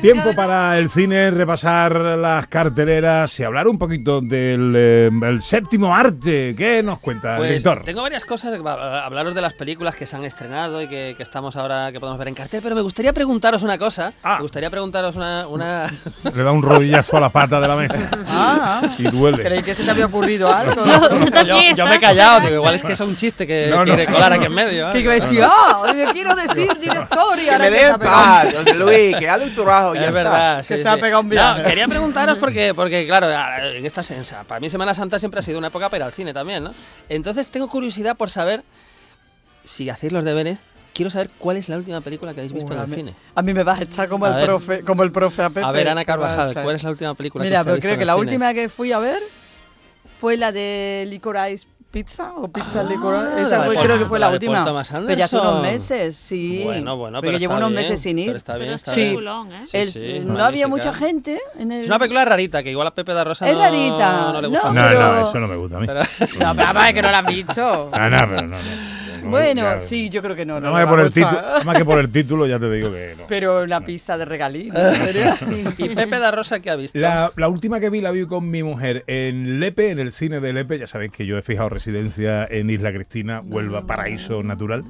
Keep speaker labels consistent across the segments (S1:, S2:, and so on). S1: Tiempo para el cine, repasar las carteleras y hablar un poquito del eh, el séptimo arte. ¿Qué nos cuenta,
S2: Pues
S1: director?
S2: tengo varias cosas, va- a- hablaros de las películas que se han estrenado y que, que estamos ahora, que podemos ver en cartel, pero me gustaría preguntaros una cosa.
S1: Ah.
S2: Me gustaría preguntaros una... una-
S1: Le da un rodillazo a la pata de la mesa. y duele.
S3: Creí que se te había ocurrido algo.
S4: Yo, yo también
S2: yo, yo me he
S4: estaba-
S2: callado, digo, igual es que es un chiste que
S1: No, no,
S2: quiere colar
S1: no,
S2: aquí
S1: no.
S2: en medio.
S3: que
S2: ¿eh?
S3: iba a decir, ¡ah! le quiero decir, director, y
S5: Que
S3: ahora
S5: me
S3: que se
S5: dé
S3: ha
S5: en
S3: pegado-
S5: paz, don Luis, que haga un turrajo y ya
S2: Es
S5: está.
S2: verdad,
S3: Que se ha pegado un viaje.
S2: No, quería preguntaros porque, porque claro, a- en esta sensa, para mí Semana Santa siempre ha sido una época para el cine también, ¿no? Entonces tengo curiosidad por saber si hacéis los deberes. Quiero saber cuál es la última película que habéis visto
S3: Uy,
S2: en
S3: a
S2: el
S3: mí-
S2: cine.
S3: A mí me vas a echar como
S2: A
S3: el
S2: ver.
S3: profe, como el profe a Pepe.
S2: A ver, Ana
S3: Me vas a
S2: Carvajal,
S3: echar.
S2: ¿cuál es la última película que usted
S3: Mira,
S2: ha
S3: pero
S2: visto
S3: creo
S2: en
S3: que
S2: el
S3: la
S2: cine?
S3: última que fui a ver fue la de Licorice Pizza o Pizza Licorice.
S2: Ah, la
S3: Esa
S2: de
S3: fue-
S2: Paul-
S3: creo que fue
S2: la
S3: la,
S2: de Paul
S3: última.
S2: Thomas
S3: Pero ya hace unos
S2: Anderson.
S3: meses, sí.
S2: Bueno, bueno,
S3: Porque
S2: pero
S3: llevo
S2: está
S3: unos
S2: bien,
S3: meses sin ir.
S2: pero está bien, está
S3: Sí.
S2: bien.
S4: Peliculón, ¿eh?
S2: Sí,
S3: El-
S2: sí,
S3: no había
S2: magnífica.
S3: mucha gente en el.
S2: Es una película rarita que igual a Pepe da Rosa
S3: Es
S2: no,
S3: rarita,
S2: no le
S3: no,
S2: gusta
S1: No,
S2: mucho.
S1: no,
S3: pero-
S1: eso no me gusta a mí.
S2: Pero-
S3: No, pero vamos, es que no la han visto.
S1: Ah, no, pero no, no, no,
S3: bueno,
S1: ya-
S3: sí, yo creo que no.
S1: Nada
S3: no
S1: más,
S3: le
S1: que
S3: va
S1: por
S3: a
S1: el título,
S3: gustar.
S1: nada más que por el título ya te digo que no.
S3: Pero una pizza de regalito. en serio.
S2: ¿Y Pepe da Rosa qué ha visto?
S1: La, la última que vi la vi con mi mujer en Lepe, en el cine de Lepe. Ya sabéis que yo he fijado residencia en Isla Cristina,
S2: Ah.
S1: Huelva, paraíso natural.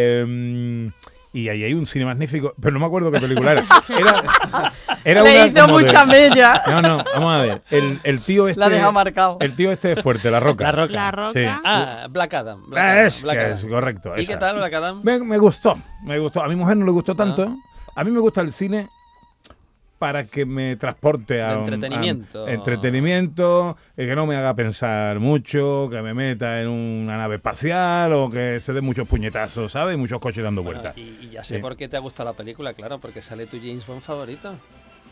S1: Eh, y ahí hay un cine magnífico, pero no me acuerdo qué película era. Era, era
S3: Le
S1: una
S3: hizo
S1: como de-
S3: mucha mella.
S1: No, no, vamos a ver. El, el tío este.
S3: La ha dejado marcado.
S1: El tío este es fuerte, La Roca.
S2: La Roca.
S4: La roca.
S1: Sí.
S2: Ah, Black Adam. Black
S1: Ah,
S2: Adam,
S1: es,
S2: Black
S1: que
S2: Adam.
S1: es correcto.
S2: ¿Y
S1: esa.
S2: qué tal Black Adam?
S1: Me, me gustó, me gustó. A mi mujer no le
S2: Ah.
S1: gustó tanto. A mí me gusta el cine para que me transporte a un-
S2: De
S1: a un
S2: entretenimiento.
S1: entretenimiento, eh, que no me haga pensar mucho, que me meta en una nave espacial o que se den muchos puñetazos, ¿sabes? Y muchos coches dando
S2: Bueno,
S1: vueltas.
S2: y, y ya sé
S1: Sí.
S2: por qué te ha gustado la película, claro, porque sale tu James Bond favorito.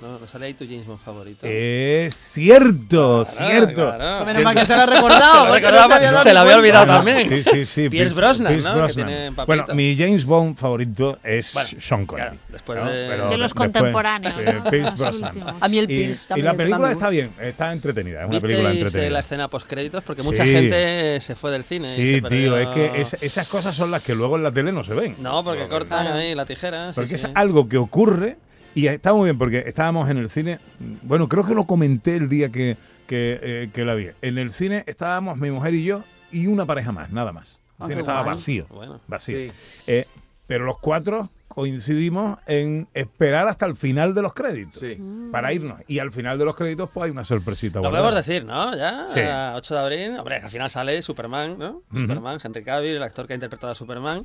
S2: No, no sale ahí tu James Bond favorito.
S1: Es cierto,
S2: Claro,
S1: Eh, cierto.
S2: claro.
S3: Menos mal que se la ha recordado.
S2: Se lo
S3: porque no
S2: recordaba,
S3: había dado
S2: se
S3: ni
S2: la había
S3: cuenta.
S2: olvidado
S1: Ah, no,
S2: también.
S1: Sí, sí, sí.
S2: Pierce Brosnan, ¿no? Que
S1: Brosnan.
S2: tiene papita.
S1: bueno, mi James Bond favorito es
S2: Bueno,
S1: Sean Connery.
S2: claro, Eh, después
S1: ¿no?
S2: de-
S1: Pero
S4: De
S1: después,
S4: los contemporáneos.
S1: eh,
S4: ¿no?
S1: Pierce
S4: Los
S1: Brosnan.
S4: últimos.
S3: A mí el
S1: Y,
S3: Pierce
S1: y
S3: también.
S1: la película
S3: me
S1: está
S3: gusta.
S1: bien, está entretenida, es una película
S2: ¿Visteis eh, la
S1: entretenida.
S2: escena post créditos? Porque
S1: Sí.
S2: mucha gente se fue del cine. y
S1: Sí,
S2: se
S1: tío,
S2: perdió-
S1: es que es- esas cosas son las que luego en la tele no se ven.
S2: No, porque cortan ahí la tijera. sí,
S1: Porque
S2: sí.
S1: es algo que ocurre y está muy bien porque estábamos en el cine, bueno, creo que lo comenté el día que, que, eh, que la vi. En el cine estábamos mi mujer y yo y una pareja más, nada más. El
S3: Ah,
S1: cine
S3: qué
S1: estaba
S3: guay.
S1: vacío,
S2: Bueno.
S1: vacío.
S5: Sí.
S1: Eh, pero los cuatro coincidimos en esperar hasta el final de los créditos
S5: Sí.
S1: para irnos. Y al final de los créditos pues hay una sorpresita.
S2: Lo
S1: guardada.
S2: podemos decir, ¿no? Ya,
S1: Sí.
S2: a 8 de abril. Hombre, al final sale Superman, ¿no? Superman, Henry Cavill, el actor que ha interpretado a Superman.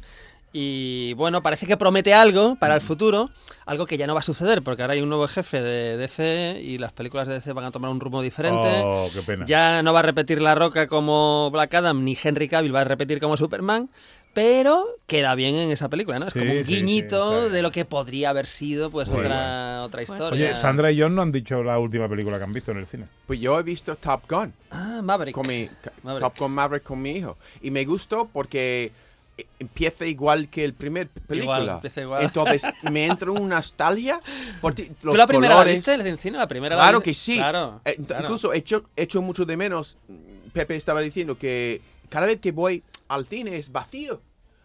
S2: Y bueno, parece que promete algo para el futuro, algo que ya no va a suceder, porque ahora hay un nuevo jefe de DC y las películas de DC van a tomar un rumbo diferente.
S1: Oh, qué pena.
S2: Ya no va a repetir La Roca como Black Adam, ni Henry Cavill va a repetir como Superman, pero queda bien en esa película, ¿no? Es
S1: Sí,
S2: como un
S1: sí, sí,
S2: guiñito
S1: está bien.
S2: de lo que podría haber sido pues
S1: Muy
S2: otra, otra historia.
S1: Oye, Sandra y John no han dicho la última película que han visto en el cine.
S5: Pues yo he visto Top Gun.
S2: Ah, Maverick.
S5: con mi ca-
S2: Maverick.
S5: Top Gun Maverick con mi hijo. Y me gustó porque e- empieza igual que el primer p- película.
S2: empieza igual.
S5: Entonces me entra una nostalgia por ti- los
S2: ¿Tú la primera
S5: colores.
S2: la viste en el cine? La primera la
S5: Claro
S2: viste-
S5: que sí.
S2: Claro,
S5: Eh, int-
S2: claro.
S5: Incluso echo, echo mucho de menos. mm, Pepe estaba diciendo que cada vez que voy al cine es vacío.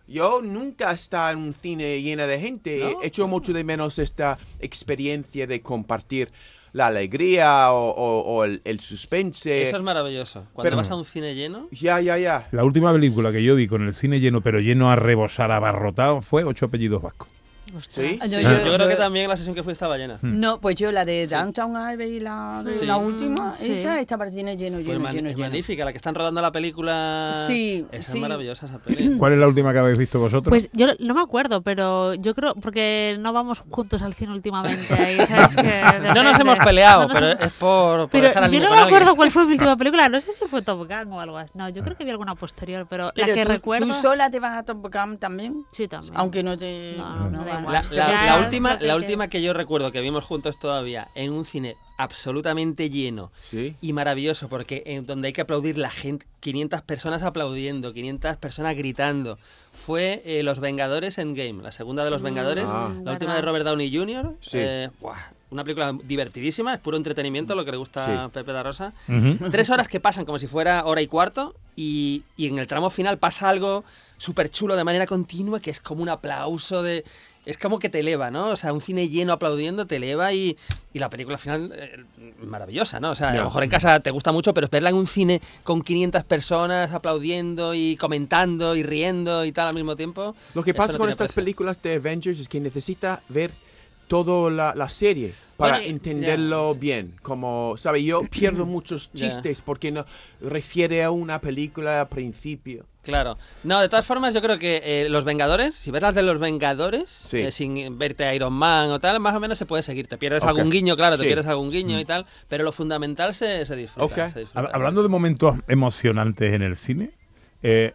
S5: Yo nunca está en un cine lleno de gente.
S2: ¿No?
S5: Echo mucho de menos esta experiencia de compartir la alegría o, o- o el, el suspense.
S2: Eso es maravilloso. Cuando
S5: eh, pero-
S2: vas a un cine lleno,
S5: Ya, ya, ya.
S1: La última película que yo vi con el cine lleno, pero lleno a rebosar, abarrotado, fue Ocho Apellidos Vascos.
S5: Sí.
S3: Ah, no,
S5: sí.
S2: yo creo que también la sesión que fui estaba llena.
S3: No, pues yo la de Downtown Abbey, la, de
S2: Sí.
S3: la última,
S4: Sí.
S3: esa está para cine lleno,
S2: Pues
S3: lleno,
S2: man-
S3: lleno,
S2: es
S3: lleno.
S2: magnífica, la que están rodando la película.
S3: Sí,
S2: Esa
S3: sí.
S2: es maravillosa esa peli.
S1: ¿Cuál es la última que habéis visto vosotros?
S4: Pues yo no me acuerdo, pero yo creo, porque no vamos juntos al cine últimamente. ahí, ¿sabes? Que
S2: No nos
S4: depende.
S2: hemos peleado,
S4: No nos
S2: pero
S4: hemos-
S2: es por, por
S4: Pero
S2: dejar al
S4: yo
S2: niño
S4: no
S2: con
S4: me
S2: alguien.
S4: acuerdo cuál fue mi última película. No sé si fue Top Gun o algo así. No, yo creo que vi alguna posterior, pero,
S3: Pero
S4: la que
S3: tú,
S4: recuerdo.
S3: ¿Tú sola te vas a Top Gun también?
S4: Sí, también.
S3: Aunque no te...
S4: No, no, no da
S3: va.
S4: igual.
S2: La, la-
S4: Ya,
S2: la última,
S4: no sé
S2: la
S4: qué.
S2: última que yo recuerdo que vimos juntos todavía en un cine absolutamente lleno
S5: Sí.
S2: y maravilloso porque en donde hay que aplaudir la gente 500 personas aplaudiendo 500 personas gritando fue eh, los Vengadores Endgame la segunda de los Vengadores
S5: Ah.
S2: la última de Robert Downey Jr
S5: Sí. Mm.
S2: eh, buah, una película divertidísima es puro entretenimiento lo que le gusta a
S5: Sí. Mm.
S2: Pepe da Rosa
S1: Ujú.
S2: Tres horas que pasan como si fuera hora y cuarto y, y en el tramo final pasa algo súper chulo de manera continua que es como un aplauso de... es como que te eleva, ¿no? O sea, un cine lleno aplaudiendo te eleva y, y la película al final eh, maravillosa, ¿no? O sea, a
S5: Ya.
S2: lo mejor en casa te gusta mucho, pero verla en un cine con 500 personas aplaudiendo y comentando y riendo y tal al mismo tiempo.
S5: Lo que
S2: eso
S5: pasa
S2: no
S5: con
S2: tiene
S5: estas
S2: precio.
S5: películas de Avengers es que necesita ver toda la, la serie para
S2: Bueno,
S5: entenderlo
S2: ya.
S5: bien. Como, ¿sabes? Yo pierdo muchos
S2: Ya.
S5: chistes porque no refiere a una película al principio.
S2: Claro. No, de todas formas, yo creo que eh, Los Vengadores, si ves las de Los Vengadores,
S5: Sí.
S2: eh, sin verte a Iron Man o tal, más o menos se puede seguir. Te pierdes
S5: Ok.
S2: algún guiño, claro,
S5: Sí. Mm.
S2: te pierdes algún guiño y tal, pero lo fundamental se, se disfruta.
S5: Ok.
S2: se disfruta.
S1: Hab- Hablando de momentos emocionantes en el cine, eh,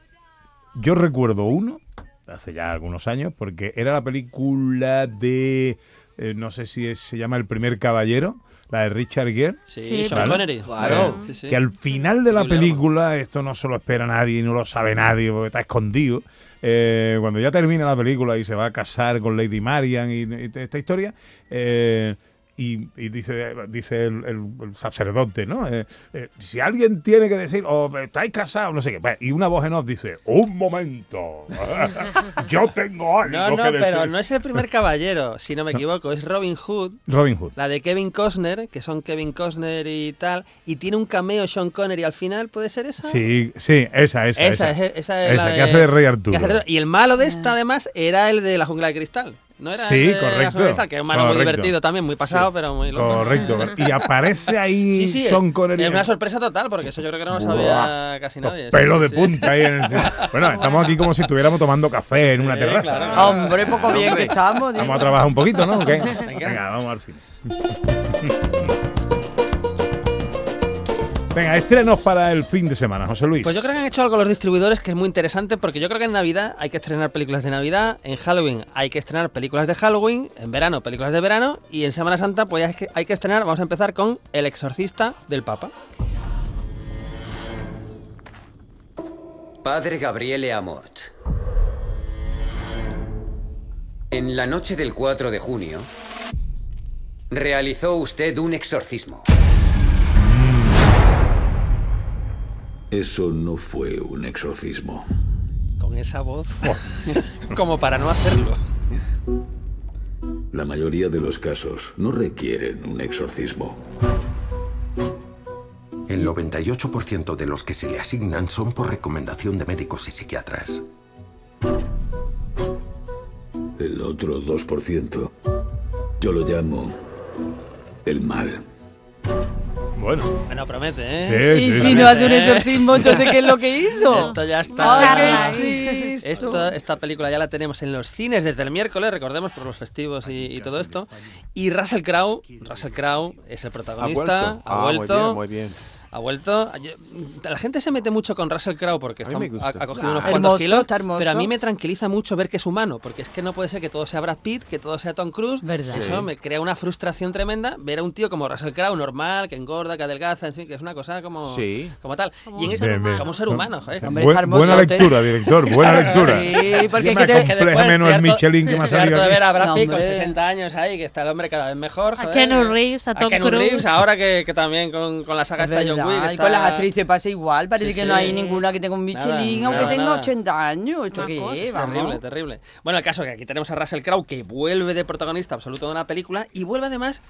S1: yo recuerdo uno, hace ya algunos años, porque era la película de, eh, no sé si es- se llama El primer caballero, la de Richard Gere.
S2: Sí,
S4: Sí,
S2: Sean
S1: Claro.
S2: Connery.
S5: Claro.
S2: Sí, sí.
S1: Que al final de la
S2: Muy largo.
S1: película, esto no se lo espera nadie, y no lo sabe nadie, porque está escondido. eh, cuando ya termina la película y se va a casar con Lady Marian y, y te- esta historia, eh, y, y dice, dice el, el- el sacerdote, ¿no? Eh, eh, si alguien tiene que decir, o estáis casados, no sé qué, pues, y una voz en off dice, un momento, yo tengo algo
S2: No, no,
S1: que decir.
S2: pero no es el primer caballero, si no me equivoco, es Robin Hood.
S1: Robin Hood.
S2: La de Kevin Costner, que son Kevin Costner y tal, y tiene un cameo Sean Connery al final, ¿puede ser esa?
S1: Sí, sí, esa, esa.
S2: Esa,
S1: Esa,
S2: es- esa, es
S1: Esa,
S2: la
S1: que hace de Rey Arturo.
S2: que hace de- y el malo de esta, además, era el de la jungla de cristal. ¿No era
S1: Sí,
S2: el de la
S1: correcto,
S2: jungla de cristal, que era un malo muy
S1: correcto.
S2: divertido también, muy pasado, pero muy loco.
S1: Correcto. Y aparece ahí
S2: Sí, sí,
S1: Sean
S2: es-
S1: Connery.
S2: Es una sorpresa total, porque eso yo creo que no lo
S1: Buah,
S2: sabía casi
S1: Los
S2: nadie. sí,
S1: pelos
S2: sí,
S1: de
S2: sí.
S1: punta ahí en el sitio. Bueno, estamos aquí como si estuviéramos tomando café en una
S2: Sí,
S1: terraza.
S2: claro, claro.
S3: Hombre, poco bien que estamos.
S1: Vamos a
S3: Diego.
S1: trabajar un poquito, ¿no? ¿O qué? Venga, vamos al cine. Venga, estrenos para el fin de semana, José Luis.
S2: Pues yo creo que han hecho algo los distribuidores que es muy interesante porque yo creo que en Navidad hay que estrenar películas de Navidad, en Halloween hay que estrenar películas de Halloween, en verano películas de verano y en Semana Santa pues hay que, hay que estrenar, vamos a empezar con El exorcista del Papa.
S6: Padre Gabriele Amort. En la noche del 4 de junio, realizó usted un exorcismo.
S7: Eso no fue un exorcismo.
S2: Con esa voz como para no hacerlo.
S7: La mayoría de los casos no requieren un exorcismo.
S8: El 98% de los que se le asignan son por recomendación de médicos y psiquiatras.
S7: El otro 2%. Yo lo llamo el mal.
S1: Bueno,
S2: Bueno, promete, ¿eh?
S1: sí,
S3: Y
S1: sí,
S3: si
S1: sí.
S3: no hace un exorcismo, yo sé qué es lo que hizo.
S2: Esto ya está.
S3: Ay, qué triste.
S2: Esto- esta película ya la tenemos en los cines desde el miércoles, recordemos, por los festivos y, y todo esto. Y Russell Crowe, Russell Crowe es el protagonista,
S5: Ah,
S2: ha
S5: muy
S2: vuelto,
S5: bien, muy bien.
S2: ha vuelto. Yo- La gente se mete mucho con Russell Crowe porque
S5: A mí
S2: está-
S5: me gusta.
S2: ha, ha cogido unos
S3: Ah,
S2: cuantos
S3: hermoso,
S2: kilos,
S3: está hermoso.
S2: pero a mí me tranquiliza mucho ver que es humano, porque es que no puede ser que todo sea Brad Pitt, que todo sea Tom Cruise.
S3: Verdad.
S2: Eso me crea una frustración tremenda ver a un tío como Russell Crowe, normal, que engorda, que adelgaza, en fin, que es una cosa como,
S5: Sí.
S2: como tal.
S4: Como
S2: y en
S4: un
S2: ese-
S4: ser humano.
S2: como un ser humano, joder.
S3: Hombre,
S1: Buen-
S3: está
S1: buena
S3: hermosote.
S1: lectura, director, buena lectura.
S3: Sí, porque es
S1: Una
S3: que te-
S2: que después
S1: compleja menos
S2: estoy
S1: el
S2: harto-
S1: Michelin que me ha
S2: Estoy
S1: salido
S2: harto de
S1: aquí.
S2: ver a Brad
S3: No,
S2: Pitt con
S3: hombre.
S2: 60 años ahí, que está el hombre cada vez mejor.
S4: A
S2: joder.
S4: Keanu Reeves, a Tom
S2: Keanu
S4: Cruise.
S2: Reeves, ahora que, que también con, con la saga está John
S3: Verdad,
S2: Wick.
S3: y
S2: Está...
S3: con las actrices pasa igual, parece
S2: Sí,
S3: que
S2: sí.
S3: no hay ninguna que tenga un Michelin,
S2: Nada,
S3: aunque
S2: nada,
S3: tenga
S2: nada.
S3: 80 años. ¿Esto
S4: Una cosa
S3: qué es?
S4: terrible,
S3: Vamos.
S2: Terrible, terrible. Bueno, el caso es que aquí tenemos a Russell Crowe que vuelve de protagonista absoluto de una película y vuelve además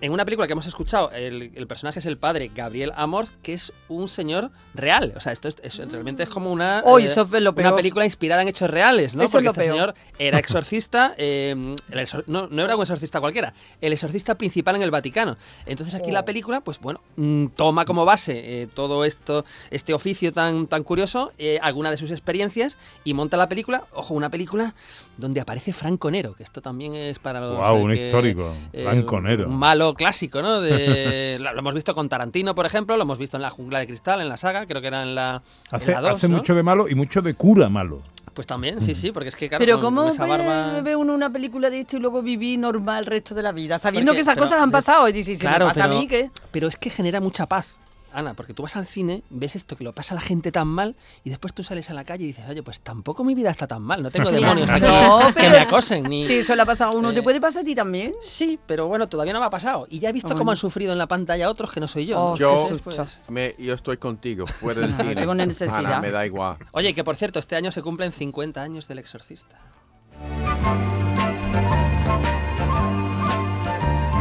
S2: en una película que hemos escuchado. El, el personaje es el padre Gabriel Amorth, que es un señor real. O sea, esto es, es- realmente es como una, eh,
S3: Oh, eso es lo
S2: una
S3: peor.
S2: película inspirada en hechos reales, ¿no?
S3: Eso es
S2: Porque
S3: lo
S2: este
S3: peor.
S2: señor era exorcista, eh, el exor- no, no era un exorcista cualquiera, el exorcista principal en el Vaticano. Entonces aquí
S3: Oh.
S2: la película, pues bueno, mm, toma como base eh, todo esto, este oficio tan, tan curioso, eh, alguna de sus experiencias y monta la película, ojo, una película donde aparece Franco Nero, que esto también es para los... eh,
S1: Guau, un
S2: que,
S1: histórico, Franco
S2: un
S1: Nero.
S2: Malo clásico, ¿no? De, lo lo hemos visto con Tarantino, por ejemplo, lo hemos visto en La Jungla de Cristal, en la saga, creo que era en la... en
S1: Hace,
S2: la dos,
S1: hace
S2: ¿no?
S1: mucho de malo y mucho de cura malo.
S2: Pues también,
S1: Mm.
S2: sí, sí, porque es que claro,
S3: Pero
S2: con-
S3: ¿cómo
S2: con esa
S3: puede-
S2: barba...
S3: ve uno una película de esto y luego vivir normal el resto de la vida? Sabiendo
S2: Porque-
S3: que esas
S2: pero-
S3: cosas han pasado y dices, si me
S2: Claro,
S3: pasa a
S2: pero-
S3: mí, ¿qué?
S2: Pero es que genera mucha paz, Ana, porque tú vas al cine, ves esto que lo pasa a la gente tan mal y después tú sales a la calle y dices, oye, pues tampoco mi vida está tan mal, no tengo demonios aquí
S3: No,
S2: que
S3: pero
S2: me
S3: es-
S2: acosen. Ni...
S3: Sí, eso le ha pasado a uno.
S2: Eh,
S3: ¿Te puede pasar a ti también?
S2: Sí, pero bueno, todavía no me ha pasado. Y ya he visto
S3: Ah, Bueno.
S2: cómo han sufrido en la pantalla otros que no soy yo. ¿no?
S3: Oh,
S5: Yo-
S3: qué
S2: Entonces,
S3: susto.
S2: pues-
S5: Me, yo estoy contigo, fuera del cine.
S3: tengo
S5: Ana,
S3: necesidad.
S5: me da igual.
S2: Oye, que por cierto, este año se cumplen 50 años del exorcista.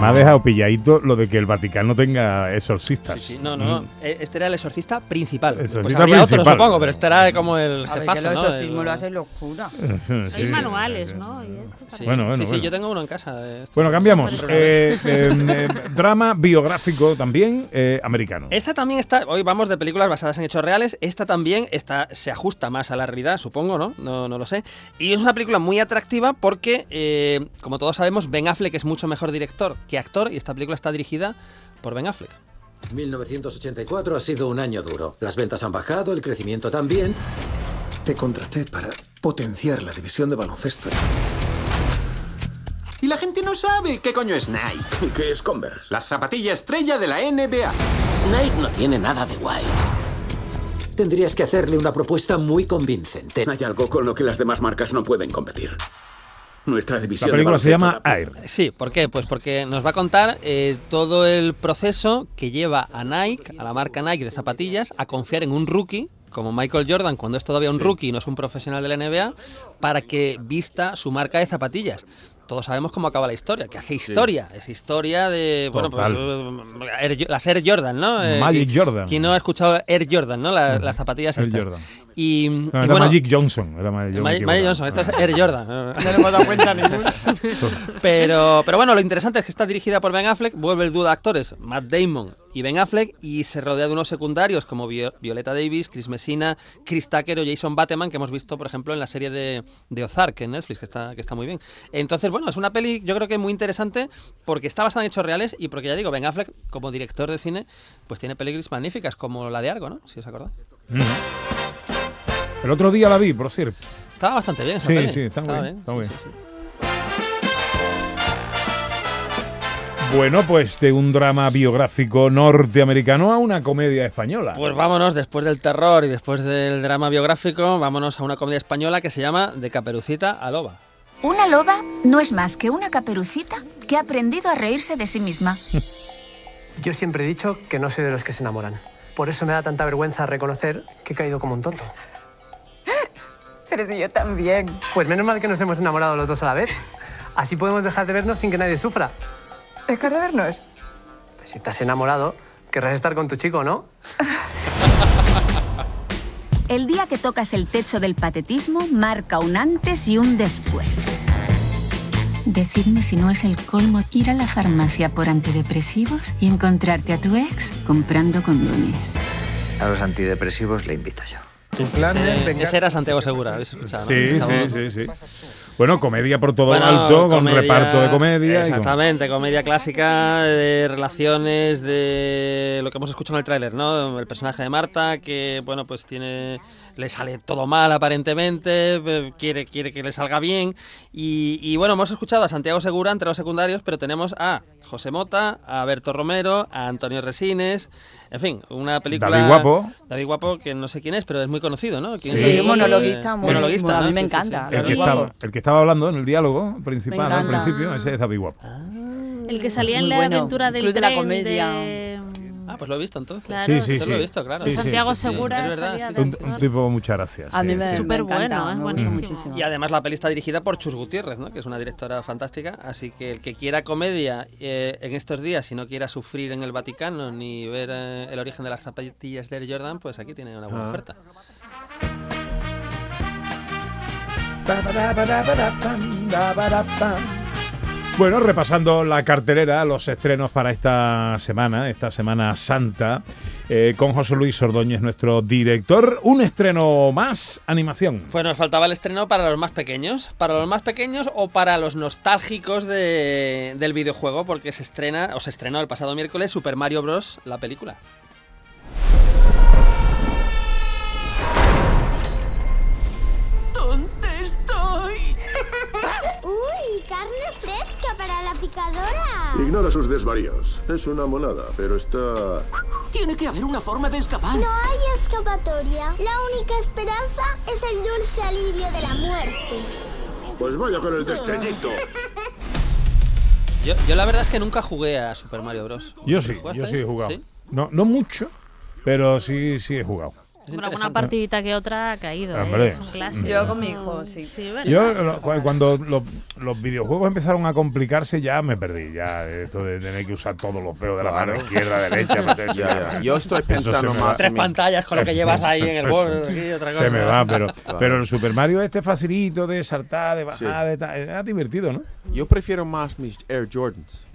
S1: Me ha dejado pilladito lo de que el Vaticano tenga exorcistas.
S2: Sí, sí, no, no, no. E- Este era el exorcista principal. Pues
S1: Mm. Exorcista
S2: habría otro,
S1: principal.
S2: supongo, pero este era como el
S3: A ver,
S2: jefazo,
S3: que lo
S2: ¿no?
S3: exorcismo
S2: El-
S3: lo hace locura.
S1: Sí,
S4: Hay
S1: sí.
S4: manuales, ¿no? Y esto para-
S2: Sí,
S1: Bueno, bueno,
S2: sí, sí,
S1: bueno.
S2: yo tengo uno en casa. de este esto.
S1: Bueno, cambiamos.
S2: Pero-
S1: Eh, eh, eh, drama biográfico también eh, americano.
S2: Esta también está, hoy vamos de películas basadas en hechos reales, esta también está, se ajusta más a la realidad, supongo, ¿no? No, no lo sé. Y es una película muy atractiva porque, eh, como todos sabemos, Ben Affleck es mucho mejor director que actor y esta película está dirigida por Ben Affleck.
S9: 1984 ha sido un año duro. Las ventas han bajado, el crecimiento también.
S10: Te contraté para potenciar la división de baloncesto.
S9: Y la gente no sabe qué coño es Nike.
S7: ¿Qué es Converse?
S9: La zapatilla estrella de la NBA. Nike no tiene nada de guay. Tendrías que hacerle una propuesta muy convincente.
S7: Hay algo con lo que las demás marcas no pueden competir. Nuestra
S1: La
S7: división. de
S1: película se llama
S7: baloncesto da-
S1: Air.
S2: Sí, ¿por qué? Pues porque nos va a contar eh, todo el proceso que lleva a Nike, a la marca Nike de zapatillas, a confiar en un rookie como Michael Jordan, cuando es todavía un rookie y no es un profesional de la NBA, para que vista su marca de zapatillas. Todos sabemos cómo acaba la historia, que hace historia. Es historia de, bueno, pues, eh, Air- las Air Jordan, ¿no?
S1: Magic
S2: qui-
S1: Jordan.
S2: Quien no ha escuchado Air Jordan, ¿no? La- las zapatillas
S1: Air
S2: estas.
S1: Jordan.
S2: Y, y
S1: No, era
S2: bueno,
S1: Magic Johnson. Era Magic, yo me he
S2: Magic- Magic
S1: equivocado.
S2: Johnson, esto es
S1: Ah.
S2: Air Jordan.
S3: No le hemos dado cuenta ninguno.
S2: Pero, pero bueno, lo interesante es que está dirigida por Ben Affleck, vuelve el dúo de actores Matt Damon y Ben Affleck y se rodea de unos secundarios como Vio- Violeta Davis, Chris Messina, Chris Tucker o Jason Bateman que hemos visto, por ejemplo, en la serie de, de Ozark en Netflix, que está, que está muy bien. Entonces, bueno, es una peli yo creo que muy interesante porque está basada en hechos reales y porque ya digo, Ben Affleck como director de cine pues tiene películas magníficas como la de Argo, ¿no? Si os acordáis.
S1: El otro día la vi, por cierto.
S2: Estaba bastante bien esa
S1: Sí,
S2: peli.
S1: sí, está
S2: Estaba
S1: bien, está
S2: sí,
S1: bien.
S2: sí, sí.
S1: Bueno, pues de un drama biográfico norteamericano a una comedia española.
S2: Pues vámonos, después del terror y después del drama biográfico, vámonos a una comedia española que se llama De Caperucita a Loba.
S11: Una loba no es más que una caperucita que ha aprendido a reírse de sí misma.
S9: Yo siempre he dicho que no soy de los que se enamoran. Por eso me da tanta vergüenza reconocer que he caído como un tonto.
S11: Pero si yo también.
S9: Pues menos mal que nos hemos enamorado los dos a la vez. Así podemos dejar de vernos sin que nadie sufra.
S11: ¿Dejar de vernos?
S9: Pues si estás enamorado, querrás estar con tu chico, ¿no?
S11: El día que tocas el techo del patetismo marca un antes y un después. Decidme si no es el colmo ir a la farmacia por antidepresivos y encontrarte a tu ex comprando condones.
S6: A los antidepresivos le invito yo.
S2: Ese, ese era Santiago Segura, habéis escuchado, ¿no?
S1: sí,
S2: Esa
S1: sí,
S2: voz.
S1: sí, sí. Bueno, comedia por todo
S2: Bueno,
S1: alto,
S2: comedia-
S1: con reparto de comedia. y con-
S2: Exactamente, comedia clásica de relaciones, de lo que hemos escuchado en el tráiler, ¿no? El personaje de Marta, que, bueno, pues tiene. le sale todo mal aparentemente, eh, quiere, quiere que le salga bien. Y, y, bueno, hemos escuchado a Santiago Segura entre los secundarios, pero tenemos a José Mota, a Berto Romero, a Antonio Resines. En fin, una película.
S1: David Guapo.
S2: David Guapo, que no sé quién es, pero es muy conocido, ¿no? ¿Quién
S1: Sí,
S2: es el-
S1: un
S3: monologuista muy-
S2: monologuista,
S3: a mí
S2: ¿no?
S3: me
S2: Sí, sí, sí.
S3: encanta.
S1: el,
S3: David
S1: que
S3: Guapo.
S1: estaba, el que estaba hablando en el diálogo principal,
S3: Me
S1: al
S3: encanta.
S1: principio, ese es David Guapo.
S4: El que salía
S3: Muy
S4: en la
S3: bueno.
S4: aventura del
S3: Club de
S4: tren
S3: la comedia.
S4: de- mm,
S2: Ah, pues lo he visto entonces.
S4: Claro,
S1: Sí, sí,
S2: Eso
S1: sí.
S2: lo he visto, claro.
S1: Sí, sí,
S4: Santiago
S1: sí, sí.
S4: Segura
S2: Es verdad,
S4: salía
S2: sí,
S4: de
S1: Un,
S4: actor.
S1: un tipo, muchas gracias.
S3: A mí
S1: sí,
S3: me,
S1: sí.
S4: súper
S3: me encanta,
S4: bueno, es
S3: me gusta
S4: buenísimo.
S3: muchísimo.
S2: Y además la peli está dirigida por Chus Gutiérrez, ¿no? que es una directora fantástica. Así que el que quiera comedia eh, en estos días y no quiera sufrir en el Vaticano ni ver eh, el origen de las zapatillas de Air Jordan, pues aquí tiene una
S1: Ah.
S2: buena oferta.
S1: Bueno, repasando la cartelera, los estrenos para esta semana, esta Semana Santa, eh, con José Luis Ordóñez, nuestro director. Un estreno más, animación.
S2: Pues nos faltaba el estreno para los más pequeños. Para los más pequeños o para los nostálgicos de- del videojuego, porque se estrena, o se estrenó el pasado miércoles, Super Mario Bros. la película.
S11: ¡Uy, carne fresca para la picadora!
S7: Ignora sus desvaríos. Es una monada, pero está.
S9: Tiene que haber una forma de escapar.
S11: hay escapatoria. La única esperanza es el dulce alivio de la muerte.
S7: Pues vaya con el destellito.
S2: Yo, yo la verdad es que nunca jugué a Super Mario Bros.
S1: Yo sí, yo
S2: ¿Jugasteis?
S1: sí he jugado.
S2: ¿Sí?
S1: No, no mucho, pero sí, sí he jugado.
S4: Bueno, una partidita que otra ha caído. ¿eh?
S1: Hombre.
S4: Es un clásico.
S3: Yo con mi hijo, sí.
S4: ¿verdad?
S1: Yo, lo- cu- cuando los, los videojuegos empezaron a complicarse, ya me perdí. Ya, esto de tener que usar todos los feos de la mano,
S5: Claro.
S1: izquierda, derecha. meter-
S5: Ya, ya. Yo estoy
S1: Eso se
S5: pensando
S1: me
S5: más
S1: va.
S5: Tres en mi-
S2: pantallas con lo que llevas ahí en el borde,
S1: Se-
S2: aquí, otra
S1: Se
S2: cosa.
S1: me va, pero,
S5: Claro.
S1: pero el Super Mario este facilito de saltar, de bajar,
S5: Sí.
S1: de tal, era divertido, ¿no?
S5: Yo prefiero más mis Air Jordans.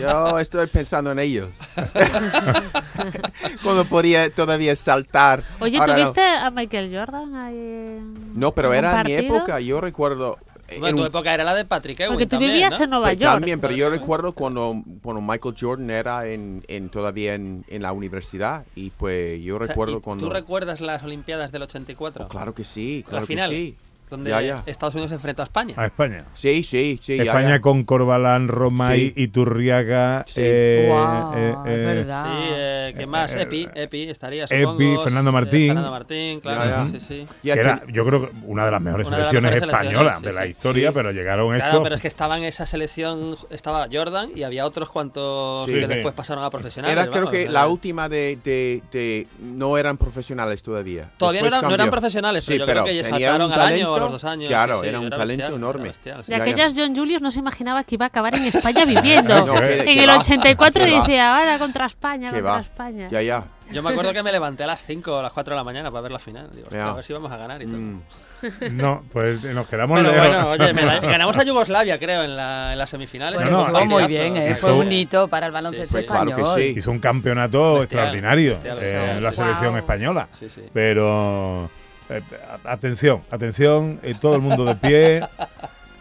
S5: Yo estoy pensando en ellos. Cuando podía todavía saltar.
S4: Oye,
S5: Ahora no.
S4: ¿tuviste a Michael Jordan ahí en-
S5: No, pero
S4: en un
S5: era mi
S4: partido?
S5: época. Yo recuerdo.
S2: Bueno,
S5: en
S2: tu
S5: un-
S2: época era la de Patrick Ewing
S4: Porque tú
S2: también,
S4: vivías
S2: ¿no?
S4: en Nueva
S5: Pero
S4: York.
S5: Pues También, pero yo recuerdo cuando, cuando Michael Jordan era en, en- todavía en, en la universidad y pues yo
S2: O sea,
S5: recuerdo
S2: ¿y
S5: cuando... Oh,
S2: ¿Tú recuerdas las Olimpiadas del 84?
S5: Claro que sí, claro
S2: la final,
S5: que sí.
S2: donde
S5: Ya, ya.
S2: Estados Unidos enfrentó a España.
S3: Ah.
S1: A España.
S5: Sí, sí, sí. ya, ya.
S1: España con Corbalán, Romay,
S5: Sí.
S1: Iturriaga,
S5: Sí.
S1: eh,
S3: Guau,
S1: eh,
S3: es
S1: eh,
S3: verdad.
S2: Sí, eh,
S5: Ah.
S2: ¿qué más? Epi, Epi estaría,
S1: Epi,
S2: supongo.
S1: Fernando
S2: eh,
S1: Martín.
S2: Fernando Martín, claro,
S5: Ya, ya.
S2: sí, sí.
S5: Ya
S1: que era,
S5: ten-
S1: yo creo que una de las mejores
S2: Una de las
S1: selecciones
S2: mejores
S1: españolas
S2: selecciones,
S1: de la
S2: sí, sí.
S1: historia,
S5: Sí.
S1: pero llegaron
S2: Claro,
S1: estos.
S2: pero es que estaba en esa selección, estaba Jordan y había otros cuantos
S1: Sí,
S2: que
S1: sí.
S2: después pasaron a profesionales.
S5: Era creo
S2: vamos, o
S5: que
S2: sea,
S5: la última de, de- de- No eran profesionales todavía.
S2: Todavía no
S5: Después
S2: eran- no eran
S5: cambió.
S2: profesionales, pero
S5: Sí,
S2: yo creo que ya
S5: tenía un
S2: saltaron al año o a
S5: talento,
S2: los dos años,
S5: Claro,
S2: sí, sí,
S5: era un
S2: era
S5: talento
S2: bestial,
S5: enorme.
S2: era bestial, sí.
S5: pues, Ya,
S4: De
S5: ya.
S4: aquellas John Julius no se imaginaba que iba a acabar en España viviendo.
S5: No, que-
S4: en
S5: que
S4: el
S5: va.
S4: 84
S5: Que va.
S4: dice, ahora contra España,
S5: Que
S4: contra
S5: va.
S4: España.
S5: Ya, ya.
S2: Yo me acuerdo que me levanté a las 5 o a las 4 de la mañana para ver la final. Digo, hostia,
S5: Ya.
S2: a ver si vamos a ganar y todo.
S5: Mm.
S1: No, pues eh, nos quedamos
S2: Pero
S1: lejos.
S2: bueno, oye, me la- ganamos a Yugoslavia, creo, en, la, en las semifinales.
S1: Bueno,
S2: Fue un
S1: no,
S3: Estuvo muy
S2: partidazo,
S3: bien,
S2: o
S3: ¿eh?
S2: sea,
S3: fue
S1: que-
S3: un hito para el baloncesto
S2: Pues
S5: claro
S3: español.
S5: que sí.
S1: Hizo un campeonato
S2: Bestial,
S1: extraordinario
S2: bestial,
S1: eh,
S2: bestial,
S1: la
S2: sí.
S1: selección
S4: Wow.
S1: española.
S2: Sí, sí.
S1: Pero eh, a- atención, atención, eh, todo el mundo de pie.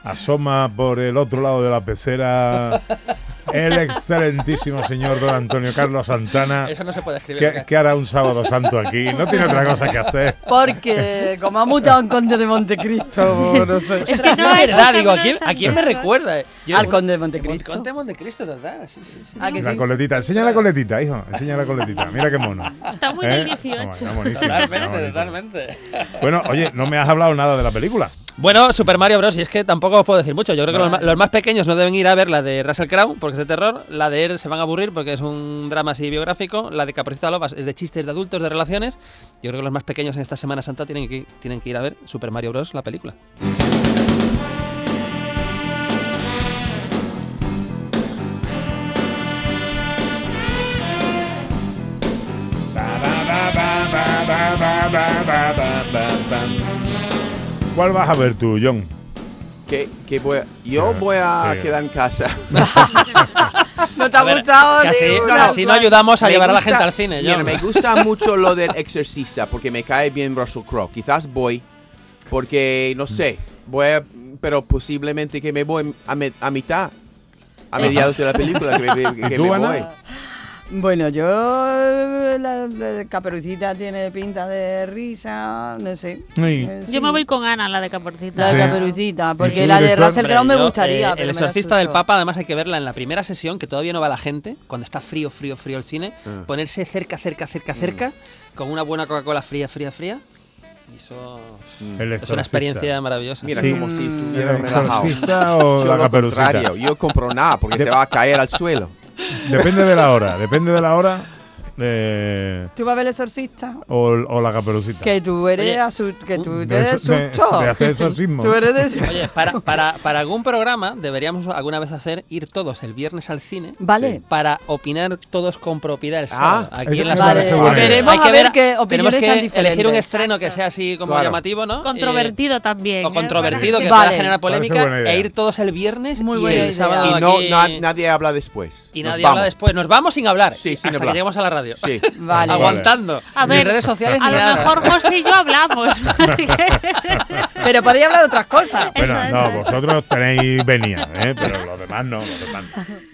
S1: Asoma por el otro lado de la pecera el excelentísimo señor don Antonio Carlos Santana,
S2: Eso no se puede escribir.
S1: que,
S2: Cacho.
S1: que hará un sábado santo aquí. No tiene otra cosa que hacer.
S3: Porque como ha mutado en Conde de Montecristo, no sé.
S4: Es que
S2: Ostras,
S4: no
S2: es
S4: ha hecho
S2: verdad, digo, ¿a
S4: Camino
S2: quién,
S4: de
S2: a quién me
S4: Santiago, ¿eh?
S2: recuerda? Yo-
S3: Al Conde de Montecristo.
S2: Conde de Montecristo, ¿verdad? Sí, sí, sí.
S3: ¿A que
S1: La
S3: sí?
S1: coletita, enseña la coletita, hijo, enseña la coletita, mira qué mono. ¿Eh?
S4: Está muy del 18.
S1: Está buenísimo, está
S2: Totalmente,
S1: buenísimo.
S2: totalmente.
S1: Bueno, oye, no me has hablado nada de la película.
S2: Bueno, Super Mario Bros. Y es que tampoco os puedo decir mucho. Yo creo que los, ma- los más pequeños no deben ir a ver la de Russell Crowe porque es de terror. La de él se van a aburrir porque es un drama así biográfico. La de Capricita Lobas es de chistes de adultos, de relaciones. Yo creo que los más pequeños en esta Semana Santa tienen que, tienen que ir a ver Super Mario Bros. la película.
S1: ¿Cuál vas a ver tú, John?
S5: Que, que voy a- yo
S1: Sí,
S5: voy a
S1: sí.
S5: quedar en casa.
S3: No te ha
S2: A ver,
S3: gustado
S2: que así,
S3: ninguna.
S2: que así no ayudamos a
S5: Me
S2: llevar a la
S5: gusta-
S2: gente al cine.
S5: Mira,
S2: John.
S5: me gusta mucho lo del exorcista porque me cae bien Russell Crowe. Quizás voy porque
S2: Mm.
S5: no sé, voy a- pero posiblemente que me voy a, me- a mitad,
S2: Ah.
S5: a mediados de la película que me, que
S1: ¿Y tú,
S5: me
S1: Ana?
S5: voy.
S3: Bueno, yo eh, la, la caperucita tiene pinta de risa, no sé. Eh, sí.
S4: Yo me voy con Ana, la de Caporcita.
S3: La de
S1: Sí.
S3: Caperucita,
S1: Sí,
S3: porque
S1: tú,
S3: la de
S1: director.
S3: Russell Crowe me
S2: Hombre, yo,
S3: gustaría.
S2: eh,
S3: pero
S2: el
S3: me la
S2: exorcista del
S3: asustó.
S2: Papa, además hay que verla en la primera sesión, que todavía no va la gente, cuando está frío, frío, frío el cine,
S5: Ah.
S2: ponerse cerca, cerca, cerca, cerca, con una buena Coca-Cola fría, fría, fría. Y eso
S1: El
S2: es una experiencia maravillosa.
S5: Mira,
S1: Sí.
S5: como si estuviera
S1: ¿El
S5: relajado.
S1: exorcista o
S5: Yo
S1: la
S5: lo
S1: caperucita?
S5: contrario, yo compro nada porque se va a caer al suelo.
S1: Depende de la hora, depende de la hora eh,
S3: ¿Tú vas a ver el exorcista?
S1: o, o la caperucita.
S3: Que tú eres,
S2: Oye,
S3: asu- que tú
S1: De
S3: eres
S1: eso- de-
S3: susto.
S1: de hacer exorcismo.
S3: Tú eres de-
S2: Oye, para, para, para algún programa deberíamos alguna vez hacer ir todos el viernes al cine
S3: Vale.
S2: para opinar todos con propiedad el sábado. aquí
S1: eso
S2: en la
S1: me parece
S2: Sala de
S1: buena
S2: Cine.
S1: idea.
S3: Queremos
S2: Hay que
S3: a ver qué opiniones
S2: tenemos que
S3: tan
S2: elegir un
S3: diferentes.
S2: estreno que sea así como
S5: Claro.
S2: llamativo, ¿no? Eh,
S4: Controvertido también.
S2: o
S4: ¿eh?
S2: controvertido, que
S3: Vale.
S2: pueda generar
S1: Parece buena
S2: polémica,
S1: idea.
S2: e ir todos el viernes
S3: Muy
S2: y
S3: buena
S2: el
S3: idea.
S2: sábado
S5: Y no,
S2: aquí-
S5: na- nadie habla después.
S2: y
S5: Nos
S2: nadie
S5: vamos.
S2: habla después. Nos vamos sin hablar
S5: Sí, sin
S2: hasta que
S5: hablar.
S2: lleguemos a la radio.
S5: Sí.
S3: Vale.
S2: Ah, Aguantando.
S4: A
S2: Ni
S4: ver,
S2: redes sociales
S4: a
S2: ni
S4: lo
S2: nada.
S4: mejor José y yo hablamos. porque-
S3: Pero podéis hablar otras cosas.
S1: Bueno,
S4: Eso,
S1: no,
S4: eso, eso.
S1: vosotros tenéis venia, ¿eh? pero los demás no, los demás no.